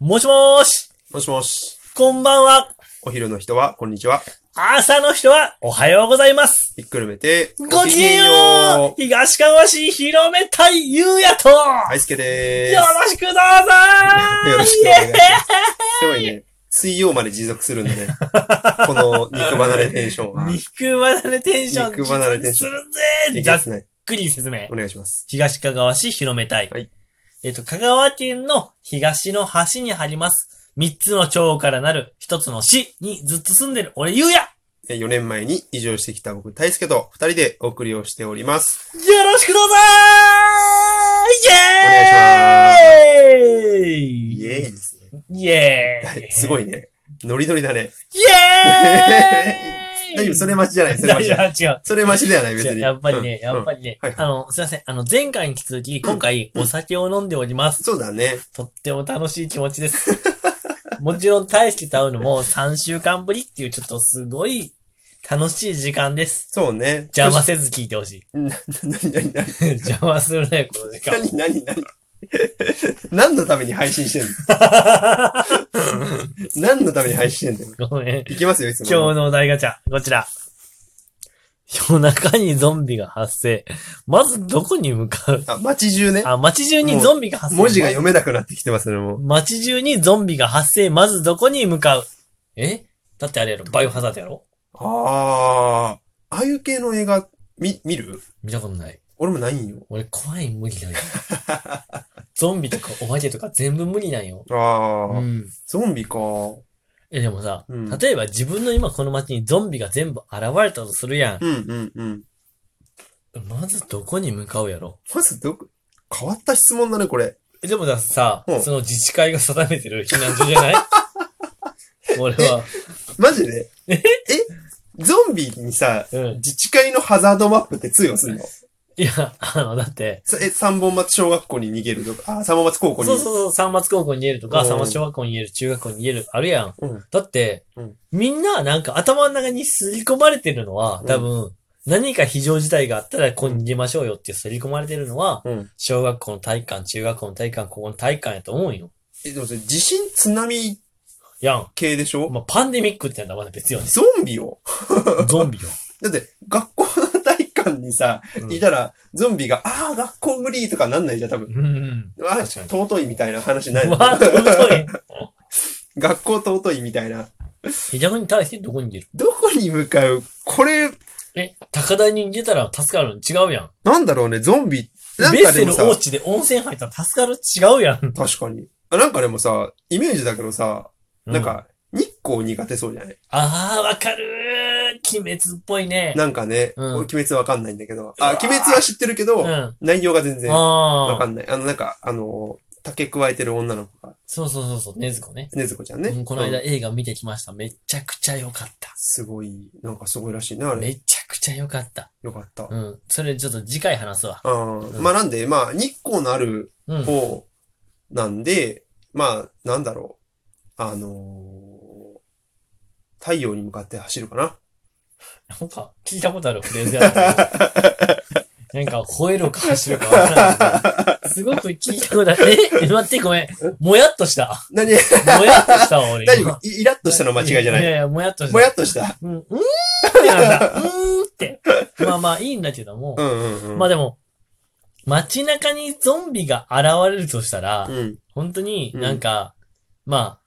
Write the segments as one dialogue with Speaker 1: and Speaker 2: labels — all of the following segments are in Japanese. Speaker 1: もしもーし、
Speaker 2: もしもし。
Speaker 1: こんばんは、
Speaker 2: お昼の人は、こんにちは。
Speaker 1: 朝の人はおはようございます。
Speaker 2: ひっくるめて、
Speaker 1: ごきげんよう東かがし広めたいゆうやと、
Speaker 2: はい、すけでー
Speaker 1: よろしくどうぞー
Speaker 2: よろしくお願いします。すごいね。水曜まで持続するん だね。この肉離れテンションは。
Speaker 1: 肉離れテンション。
Speaker 2: 肉離れテンション
Speaker 1: する
Speaker 2: え
Speaker 1: ぜ
Speaker 2: げ
Speaker 1: ーざっ
Speaker 2: つない。
Speaker 1: くり説明
Speaker 2: お。願いします。
Speaker 1: 東かがわ市広めたい。
Speaker 2: はい
Speaker 1: えっと、香川県の東の端にあります。三つの町からなる一つの市にずっと住んでる俺ゆうや
Speaker 2: え4年前に移住してきた僕、大輔と2人でお送りをしております。
Speaker 1: よろしくどうぞーイェーイ
Speaker 2: イエーイですね。
Speaker 1: イエーイ
Speaker 2: すごいね。ノリノリだね。
Speaker 1: イエーイ
Speaker 2: 大丈夫それ待ちじゃないそれ待ちじゃない。
Speaker 1: 違う違う。
Speaker 2: それ待ちではない、別
Speaker 1: 違う
Speaker 2: に。
Speaker 1: やっぱりね、
Speaker 2: うん
Speaker 1: やっぱりね
Speaker 2: うんはい。
Speaker 1: あの、すいません。あの、前回に引き続き、今回、お酒を飲んでおります。
Speaker 2: そうだね。
Speaker 1: とっても楽しい気持ちです。もちろん、大してと会うのも3週間ぶりっていう、ちょっとすごい楽しい時間です。
Speaker 2: そうね。
Speaker 1: 邪 魔せず聞いてほしい。
Speaker 2: な、な、なになに
Speaker 1: 邪魔するね、この時間。
Speaker 2: 何何何 何のために配信して んの何のために配信してんの
Speaker 1: ごめん。
Speaker 2: いきますよ、いつも。
Speaker 1: 今日のお題ガチャ、こちら。夜中にゾンビが発生。まずどこに向かう
Speaker 2: あ、街中ね。
Speaker 1: あ、街中にゾンビが発生。
Speaker 2: 文字が読めなくなってきてますね、もう。
Speaker 1: 街中にゾンビが発生。まずどこに向かうえだってあれやろバイオハザードやろ
Speaker 2: ああ、ああいう系の映画、み、見る
Speaker 1: 見たことない。
Speaker 2: 俺もないんよ。
Speaker 1: 俺怖い無理 だよ。ゾンビとかお化けとか全部無理なんよ。
Speaker 2: ああ、
Speaker 1: うん。
Speaker 2: ゾンビか。
Speaker 1: え、でもさ、
Speaker 2: うん
Speaker 1: 例えば自分の今この街にゾンビが全部現れたとするやん。
Speaker 2: うんうんうん。
Speaker 1: まずどこに向かうやろ
Speaker 2: まずどこ、変わった質問だね、これ。
Speaker 1: えでもだってさ
Speaker 2: う、ん
Speaker 1: その自治会が定めてる避難所じゃない 俺は、
Speaker 2: マジでえゾンビにさ、
Speaker 1: うん。
Speaker 2: 自治会のハザードマップって通用するの
Speaker 1: いや、あの、だって、
Speaker 2: さえ、三本松小学校に逃げるとか、あ、三本松高校
Speaker 1: そう
Speaker 2: に。
Speaker 1: そうそう、三松高校に言えると
Speaker 2: う
Speaker 1: か、
Speaker 2: ん
Speaker 1: 三松小学校に言える、中学校に言える、あるやん。
Speaker 2: うん
Speaker 1: だって、
Speaker 2: うん
Speaker 1: みんななんか頭の中に刷り込まれてるのは、多分、何か非常事態があったら、こう逃げましょうよって刷り込まれてるのは、
Speaker 2: うん。
Speaker 1: 小学校の体育館、中学校の体育館、ここの体育館やと思うよ。
Speaker 2: え、でもそれ、地震、津波
Speaker 1: やん。
Speaker 2: 系でしょ、
Speaker 1: まあ、パンデミックってやったらまだ 別よね。
Speaker 2: ゾンビを
Speaker 1: ゾンビよ。
Speaker 2: だって、学校の体育館にさ、
Speaker 1: うん
Speaker 2: いたら、ゾンビが、ああ、学校無理とかなんないじゃん、多分。
Speaker 1: うん。
Speaker 2: ああ、
Speaker 1: 確かに
Speaker 2: 尊いみたいな 話ない。
Speaker 1: まあ、尊い。
Speaker 2: 学校尊いみたいな。
Speaker 1: え逆に対してどこに逃げる
Speaker 2: どこに向かうこれ、
Speaker 1: え、高台に逃げたら助かるの違うやん。
Speaker 2: なんだろうね、ゾンビ。なん
Speaker 1: ベッ
Speaker 2: か
Speaker 1: セ
Speaker 2: で
Speaker 1: ル
Speaker 2: もさ
Speaker 1: お、家で温泉入ったら助かる違うやん。
Speaker 2: 確かに。あなんかでもさ、イメージだけどさ、なん
Speaker 1: う。
Speaker 2: か、日光苦手そうじゃない
Speaker 1: ああ、わかるー鬼滅っぽいね。
Speaker 2: なんかね、
Speaker 1: うん
Speaker 2: 俺鬼滅わかんないんだけど。あ、鬼滅は知ってるけど、
Speaker 1: うん。あ
Speaker 2: 内容が全然わ
Speaker 1: あ
Speaker 2: か
Speaker 1: ー。
Speaker 2: んない。あの、なんか、あの、竹加えてる女の子が、
Speaker 1: そうそうそうそう、ねずこね。
Speaker 2: ねずこちゃん
Speaker 1: う
Speaker 2: ね。
Speaker 1: んこの間
Speaker 2: うん
Speaker 1: 映画見てきました。めちゃくちゃ良かった。
Speaker 2: すごい、なんかすごいらしいね、あれ。
Speaker 1: めちゃくちゃ良かった。
Speaker 2: よかった。
Speaker 1: う。
Speaker 2: うん
Speaker 1: それちょっと次回話すわ。
Speaker 2: ん。
Speaker 1: ん
Speaker 2: まあなんで、まあ、日光のある
Speaker 1: うん。
Speaker 2: 方なんで、まあ、なんだろう。あのー太陽に向かって走るかな。
Speaker 1: なんか、聞いたことあるフレーズや ったな。なんか、吠えるか走るかわからない。すごく聞いたことある。え待って、ごめん。もやっとした。
Speaker 2: 何
Speaker 1: もやっとしたわ、俺。
Speaker 2: 大丈夫イイラッとしたの間違いじゃない
Speaker 1: や
Speaker 2: い。
Speaker 1: いや、もやっとした。
Speaker 2: もやっとした。
Speaker 1: うん、うーんってなんだ。うーんって。まあまあいいんだけども
Speaker 2: う。んうんうん。
Speaker 1: まあでも、街中にゾンビが現れるとしたら、
Speaker 2: うん。
Speaker 1: 本当になんか、まあ、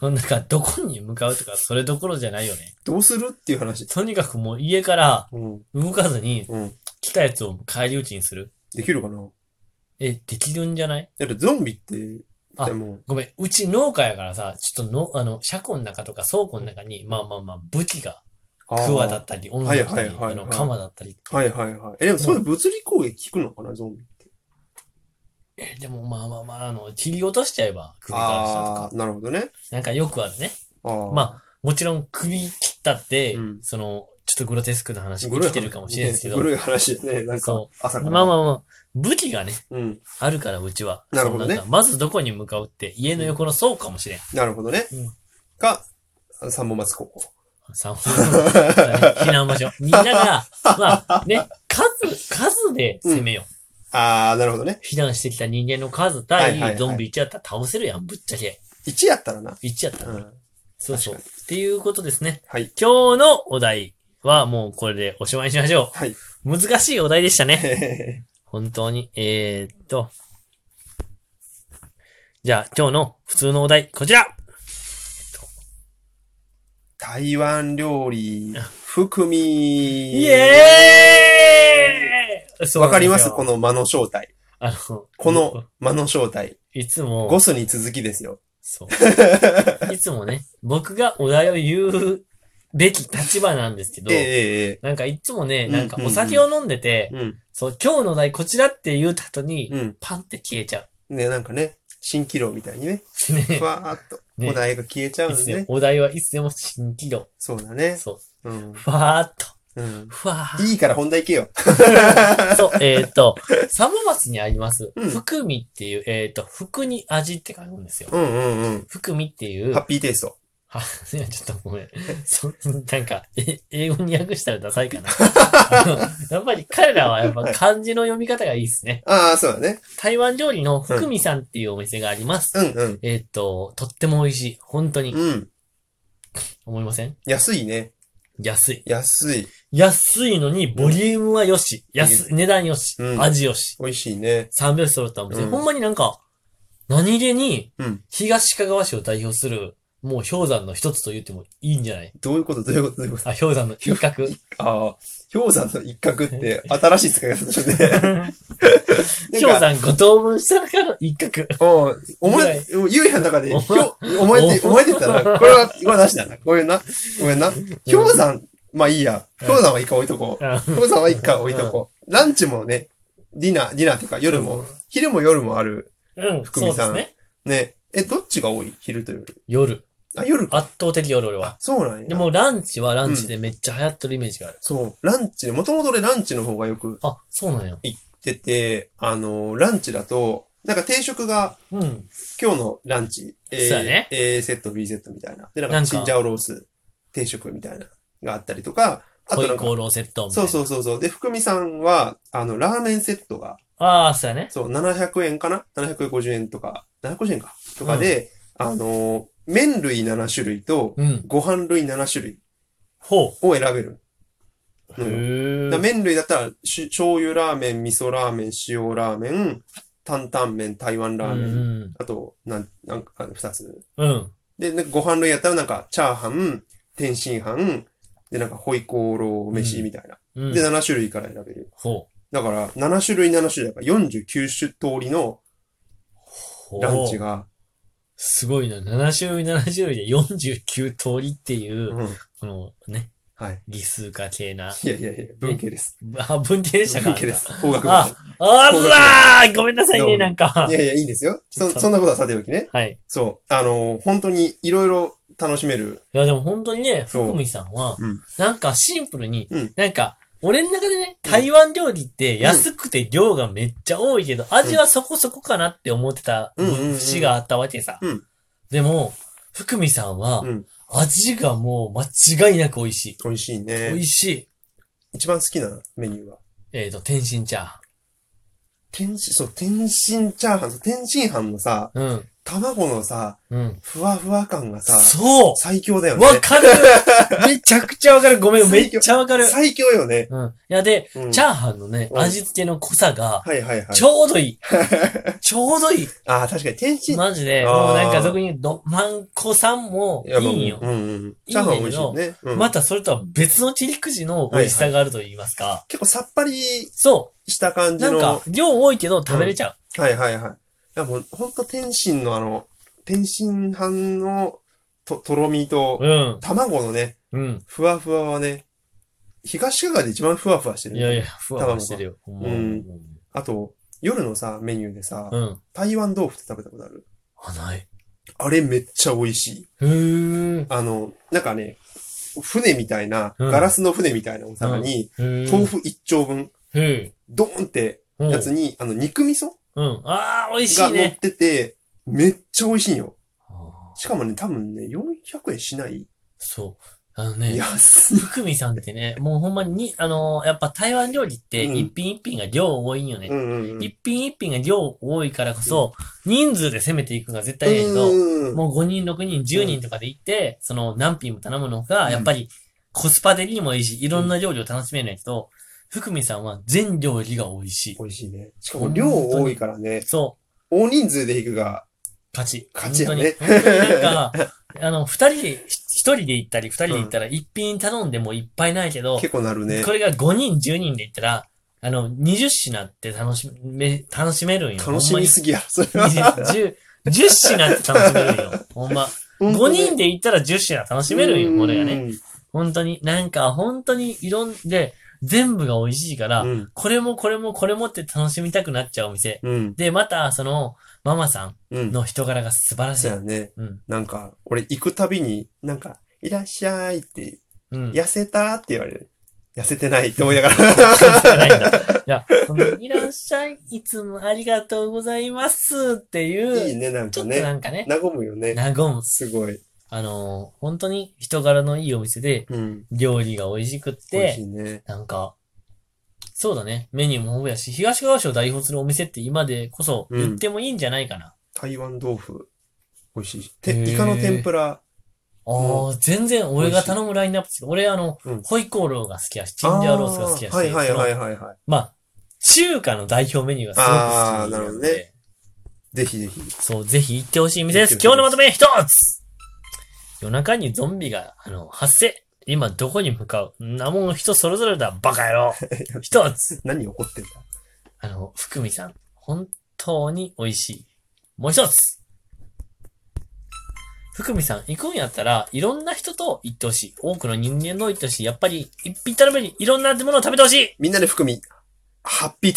Speaker 1: なんかどこに向かうとかそれどころじゃないよね。
Speaker 2: どうするっていう話。
Speaker 1: とにかくもう家から
Speaker 2: うん。
Speaker 1: 動かずに
Speaker 2: うん。
Speaker 1: 来たやつを返り討ちにする。
Speaker 2: できるかな
Speaker 1: え、できるんじゃない
Speaker 2: だってゾンビって、
Speaker 1: あ
Speaker 2: でも、
Speaker 1: ごめん、うち農家やからさ、ちょっとの、あの、車庫の中とか倉庫の中に、まあまあまあ、武器が、クワだったり、斧だったり、
Speaker 2: はいはいはい
Speaker 1: あ
Speaker 2: はい
Speaker 1: の、鎌だったり
Speaker 2: はいはいはい。え、でもそれ物理攻撃効くのかな、ゾンビって。
Speaker 1: えでもまあまあまあ、あの、切り落としちゃえば首から下と
Speaker 2: あ
Speaker 1: か、
Speaker 2: あ、なるほどね。
Speaker 1: なんかよくあるね。
Speaker 2: あー
Speaker 1: まあ、もちろん首切ったって、
Speaker 2: うん
Speaker 1: その、ちょっとグロテスクな話に来てるかもしれないですけど、
Speaker 2: グロい話ですね。なんか
Speaker 1: そ、
Speaker 2: 朝から。
Speaker 1: まあまあまあ、武器がね、
Speaker 2: うん。
Speaker 1: あるからうちは。
Speaker 2: なるほどね
Speaker 1: そのんかまずどこに向かうって、家の横の倉庫かもしれ ん。
Speaker 2: なるほどね
Speaker 1: うん。
Speaker 2: か、三本松高校。
Speaker 1: さ避難場所。みんなが、まあね、数、数で攻めよう。
Speaker 2: ああ、なるほどね。
Speaker 1: 避難してきた人間の数
Speaker 2: はいはいは
Speaker 1: 対
Speaker 2: い
Speaker 1: ゾンビ1やったら倒せるやん、ぶっちゃけ。
Speaker 2: 1やったらな。
Speaker 1: 1やった
Speaker 2: う
Speaker 1: な。
Speaker 2: ん。
Speaker 1: そうそう。っ
Speaker 2: 確
Speaker 1: ていうことですね。
Speaker 2: はい。
Speaker 1: 今日のお題はもうこれでおしまいにしましょ
Speaker 2: はい。
Speaker 1: う。難しいお題でしたね。本当に。えー、っと。じゃあ、今日の普通のお題、こちら
Speaker 2: 台湾料理、含み。
Speaker 1: イエーイ
Speaker 2: わかりますこ
Speaker 1: の。
Speaker 2: の間の正体。
Speaker 1: あの、
Speaker 2: この、間の正体。
Speaker 1: いつも、
Speaker 2: ゴスに続きですよ。
Speaker 1: そう。 いつもね、僕がお題を言うべき立場なんですけど
Speaker 2: え、え
Speaker 1: なんかいつもね、
Speaker 2: うん
Speaker 1: な
Speaker 2: うんうん
Speaker 1: んかお酒を飲んでて
Speaker 2: ええ、うん。
Speaker 1: そう、今日のお題こちらって言うた後に、
Speaker 2: うん。
Speaker 1: パンって消えちゃ
Speaker 2: ね、なんかね、蜃気楼みたいにね、
Speaker 1: う。ね。
Speaker 2: ふわーっと、
Speaker 1: ね
Speaker 2: お題が消えちゃう
Speaker 1: い
Speaker 2: ん
Speaker 1: つで
Speaker 2: で
Speaker 1: も
Speaker 2: ね。
Speaker 1: お題はいつでも新規度。
Speaker 2: そうだね。
Speaker 1: そう。
Speaker 2: うん。
Speaker 1: ふわーっと。
Speaker 2: うん。
Speaker 1: ふわーっ
Speaker 2: いいから本題行けよ。
Speaker 1: と。そう、えっ、と、サママスにあります、
Speaker 2: うん
Speaker 1: 福見っていう、えっ、と、福に味って書くんですよ。
Speaker 2: うんうんうん。
Speaker 1: 福見っていう
Speaker 2: ハ、ッピーテイスト。
Speaker 1: は、いやちょっとごめん。そなんか、え英語に訳したらダサい かな。やっぱり彼らはやっぱ漢字の読み方がいいですね。
Speaker 2: ああ、そうだね。
Speaker 1: 台湾料理の福見さんっていうお店があります。
Speaker 2: うんうん。
Speaker 1: えっ、と、とっても美味しい。本当に。
Speaker 2: うん。
Speaker 1: 思いません
Speaker 2: 安いね。
Speaker 1: 安い。
Speaker 2: 安い。
Speaker 1: 安いのに、ボリュームはよし。安、値段よし。
Speaker 2: うん
Speaker 1: 味よし。
Speaker 2: 美味しいね。
Speaker 1: 三拍子揃ったお店。
Speaker 2: うん
Speaker 1: ほんまになんか、何気に
Speaker 2: うん、
Speaker 1: 東かがわ市を代表する、もう氷山の一つと言ってもいいんじゃない
Speaker 2: どういうことどういうことどういうこと
Speaker 1: あ、氷山の一角。
Speaker 2: ああ、氷山の一 角って新しい使い方ですね。
Speaker 1: 氷山五等分した中の一角。
Speaker 2: おお
Speaker 1: ぐら
Speaker 2: 前
Speaker 1: い、
Speaker 2: ゆうやの中で、
Speaker 1: お
Speaker 2: ひょお前って、お前って言ったな。これは、今なしだな。ごめんな。ごめんな。氷山、まあいいや。氷山は一回置いとこう。氷山は一回置いとこう。ランチもね、ディナー、ディナーっていうか夜も、昼も夜もある。
Speaker 1: うん、
Speaker 2: 福
Speaker 1: そ
Speaker 2: 見
Speaker 1: うで
Speaker 2: さん
Speaker 1: すね。
Speaker 2: ね。え、どっちが多い昼と夜。
Speaker 1: 夜。
Speaker 2: あ、夜か。
Speaker 1: 圧倒的夜、俺
Speaker 2: あ
Speaker 1: は。、
Speaker 2: そうなんや。
Speaker 1: でも、ランチはランチでめっちゃ流行ってるイメージがある。
Speaker 2: そう。ランチね、もともと俺ランチの方がよく
Speaker 1: あ、そうなんや。
Speaker 2: 出て、あの、ランチだと、なんか定食が、
Speaker 1: うん。
Speaker 2: 今日のランチ、A,
Speaker 1: そうやね
Speaker 2: A セット、B セットみたいな。で、なん
Speaker 1: なん
Speaker 2: か、
Speaker 1: か
Speaker 2: チンジャオロース、定食みたいな、があったりとか、あと
Speaker 1: ホイ
Speaker 2: なん
Speaker 1: コー
Speaker 2: か、
Speaker 1: ローセットみたい
Speaker 2: そう
Speaker 1: な。う。
Speaker 2: そうそうそう。で、福見さんは、あの、ラーメンセットが、
Speaker 1: ああ、そうやね。
Speaker 2: そう、700円かな ?750 円とか、750円かとかで、あの、麺類7種類と、
Speaker 1: うん。
Speaker 2: ご飯類7種類
Speaker 1: ほ
Speaker 2: を選べる
Speaker 1: う。
Speaker 2: のよ。
Speaker 1: へ
Speaker 2: だから
Speaker 1: え。
Speaker 2: 麺類だったら、し醤油ラーメン、味噌ラーメン、塩ラーメン、担々麺、台湾ラーメン、
Speaker 1: うん
Speaker 2: あと、なん、なんか、あの二つ。
Speaker 1: うん。うん。
Speaker 2: で、なんかご飯類やったらなんか、チャーハン、天津飯、で、なんか、ホイコーロー飯みたいな。
Speaker 1: うん
Speaker 2: で、7種類から選べる。
Speaker 1: ほう。
Speaker 2: だから、7種類7種類だから、49種通りの
Speaker 1: ほう。
Speaker 2: ランチが、
Speaker 1: すごいな。7種類7種類で49通りっていう、
Speaker 2: うん。
Speaker 1: このね、
Speaker 2: はい。
Speaker 1: 理数化系な。
Speaker 2: いやいやいや、文系です。
Speaker 1: あ、文系でしたか
Speaker 2: 文系です。法学部
Speaker 1: ああらーごめんなさい
Speaker 2: どう
Speaker 1: ね、
Speaker 2: も
Speaker 1: なんか
Speaker 2: い。やいや、いいんですよ。そ、そんなことはさておきね。
Speaker 1: はい。
Speaker 2: そう。あのー本当に、いろいろ楽しめる。
Speaker 1: いや、でも本当にね、
Speaker 2: そう
Speaker 1: 福見さんは
Speaker 2: うん、
Speaker 1: なんかシンプルに
Speaker 2: うん、
Speaker 1: なんか、俺の中でね、
Speaker 2: うん
Speaker 1: 台湾料理って安くて量がめっちゃ多いけど、味はそこそこかなって思ってた
Speaker 2: うんうんうんうん
Speaker 1: 節があったわけさ
Speaker 2: うん。
Speaker 1: でも、福見さんは
Speaker 2: うん、
Speaker 1: 味がもう間違いなく美味しい。
Speaker 2: 美味しい
Speaker 1: 美
Speaker 2: ね。
Speaker 1: 味しい。
Speaker 2: 一番好きなメニューは。
Speaker 1: えっと、天津チャーハ
Speaker 2: 天津、そう、天津チャーハン、そう天津飯のさ、
Speaker 1: ン。うん。
Speaker 2: 卵のさ、
Speaker 1: うん。
Speaker 2: ふわふわ感がさ、
Speaker 1: そ
Speaker 2: 最強だよ
Speaker 1: う
Speaker 2: ね。
Speaker 1: わかるめちゃくちゃわかるごめん、めっちゃわかる
Speaker 2: 最強よね。
Speaker 1: うん。いや、で、
Speaker 2: うん
Speaker 1: チャーハンのね、
Speaker 2: うん
Speaker 1: 味付けの濃さが、
Speaker 2: はいはいはい。
Speaker 1: ちょうど いい。ちょうどいい。
Speaker 2: ああ、確かに天津。
Speaker 1: マジで、
Speaker 2: あー
Speaker 1: もうなんか俗に言うど、マンコさんもい
Speaker 2: やまあ
Speaker 1: いんよ。
Speaker 2: うんうん。
Speaker 1: いいん
Speaker 2: チ
Speaker 1: や
Speaker 2: ャー
Speaker 1: けど
Speaker 2: ハン美味しいよね。うん
Speaker 1: またそれとは別の切り口の美味しさがあると言いますか。
Speaker 2: 結構さっぱり
Speaker 1: そ
Speaker 2: した感
Speaker 1: う。
Speaker 2: じ
Speaker 1: な
Speaker 2: の。
Speaker 1: んか、量多いけど食べれちゃう。
Speaker 2: はいはいはい。いやもう、ほんと天津のあの、天津飯のと、とろみと
Speaker 1: う、ん。
Speaker 2: 卵のね、
Speaker 1: うん。
Speaker 2: ふわふわはね、東香川で一番ふわふわしてる。
Speaker 1: いやいや、ふわふわしてるよ。ほんま
Speaker 2: うんあと、夜のさ、メニューでさ、
Speaker 1: うん。
Speaker 2: 台湾豆腐って食べたことある
Speaker 1: あ、ない。
Speaker 2: あれめっちゃ美味しい。
Speaker 1: ふー。
Speaker 2: あの、なんかね、船みたいな、
Speaker 1: うん
Speaker 2: ガラスの船みたいなお皿に、
Speaker 1: ふー。
Speaker 2: 豆。腐一丁分、
Speaker 1: ふー。
Speaker 2: ドーンって
Speaker 1: うん
Speaker 2: やつに、あの、肉味噌
Speaker 1: うん。あー、美味し
Speaker 2: が
Speaker 1: い
Speaker 2: 乗っ
Speaker 1: ね。
Speaker 2: てて、めっちゃ美味しいんよ。
Speaker 1: あー
Speaker 2: しかもね、多分ね、400円しない
Speaker 1: そう。あのね、
Speaker 2: 安い。
Speaker 1: 福美さんってね、もうほんまに、あのーやっぱ台湾料理って
Speaker 2: うん
Speaker 1: 一品一品が量多いんよね。
Speaker 2: うんうんうん。
Speaker 1: 一品一品が量多いからこそ、人数で攻めていくのが絶対ないけど、
Speaker 2: うん
Speaker 1: もう5人、6人、10人とかで行って、その何品も頼むのが、やっぱりコスパ的にもいいし、いろんな料理を楽しめるんやけど、福美さんは全料理が美味し
Speaker 2: 美味しいね。しかも量多いからね
Speaker 1: い。、そ
Speaker 2: 大人数で行くが、
Speaker 1: う、勝ち。
Speaker 2: 勝ちやね
Speaker 1: 本当に。本当に なんか、あの、二人で、一人で行ったり、二人で行ったら、一品頼んでもいっぱいないけど、
Speaker 2: 結構なるね
Speaker 1: こ。れが5人、10人で行ったら、あの、20品って楽しめ、楽しめるんよ。
Speaker 2: 楽しみすぎや、それ
Speaker 1: ほんま
Speaker 2: は
Speaker 1: に。10 10品って楽しめるんよ。ほんま。5人
Speaker 2: で
Speaker 1: で行ったら10品楽しめるんよ、俺がね。
Speaker 2: ね。
Speaker 1: 本当に、なんか本当にいろんで、全部が美味しいから、
Speaker 2: うん。
Speaker 1: これもこれもこれもって楽しみたくなっちゃうお店。
Speaker 2: うん。
Speaker 1: で、また、その、ママさ
Speaker 2: うんん。
Speaker 1: の人柄が素晴らし
Speaker 2: そ。
Speaker 1: いう
Speaker 2: やね。
Speaker 1: うん。
Speaker 2: なんか、俺行くたびに、なんか、いらっしゃいって、
Speaker 1: うん。
Speaker 2: 痩せたって言われる。痩せてないって思いながら。
Speaker 1: 少ないんだ。いや、そのいらっしゃい、いつもありがとうございますっていう、
Speaker 2: いいね、なん
Speaker 1: ちょ
Speaker 2: か
Speaker 1: っと
Speaker 2: ね。
Speaker 1: なんかね、
Speaker 2: 和むよね。
Speaker 1: 和む。
Speaker 2: すごい。
Speaker 1: あのー、本当に人柄のいいお店で、
Speaker 2: うん。
Speaker 1: 料理が美味しくっ、
Speaker 2: 美味していね。
Speaker 1: なんか、そうだね。メニューも豊富やし、東川市を代表するお店って今でこそ言ってもいいんじゃないかな。
Speaker 2: 台湾豆腐。美味しい。
Speaker 1: へ
Speaker 2: て、
Speaker 1: ー
Speaker 2: イカの天ぷ
Speaker 1: あ
Speaker 2: ら。
Speaker 1: あ、全然俺が頼むラインナップですけど、俺あの、
Speaker 2: うん
Speaker 1: ホイコーローが好きやし、チンジャーロースが好きやし、
Speaker 2: あーはいはいはい
Speaker 1: その
Speaker 2: はいはい。
Speaker 1: まあ、中華の代表メニューがすごく好き
Speaker 2: あーなるほどねぜひぜひ。
Speaker 1: そう、ぜひ行ってほしい店です。
Speaker 2: 行って
Speaker 1: 今
Speaker 2: ほしい
Speaker 1: 日
Speaker 2: です
Speaker 1: のまとめ一つ夜中にゾンビが、あの、発生今どこに向かうなもん人それぞれだ、バカ野 郎一つ
Speaker 2: 何怒ってんだ
Speaker 1: あの、福美さん、本当に美味しい。もう一つ福美さん、行くんやったら、いろんな人と行ってほしい。多くの人間と行ってほしい。やっぱり、一品食べにいろんなものを食べてほしい
Speaker 2: みんなで含み、ハッピー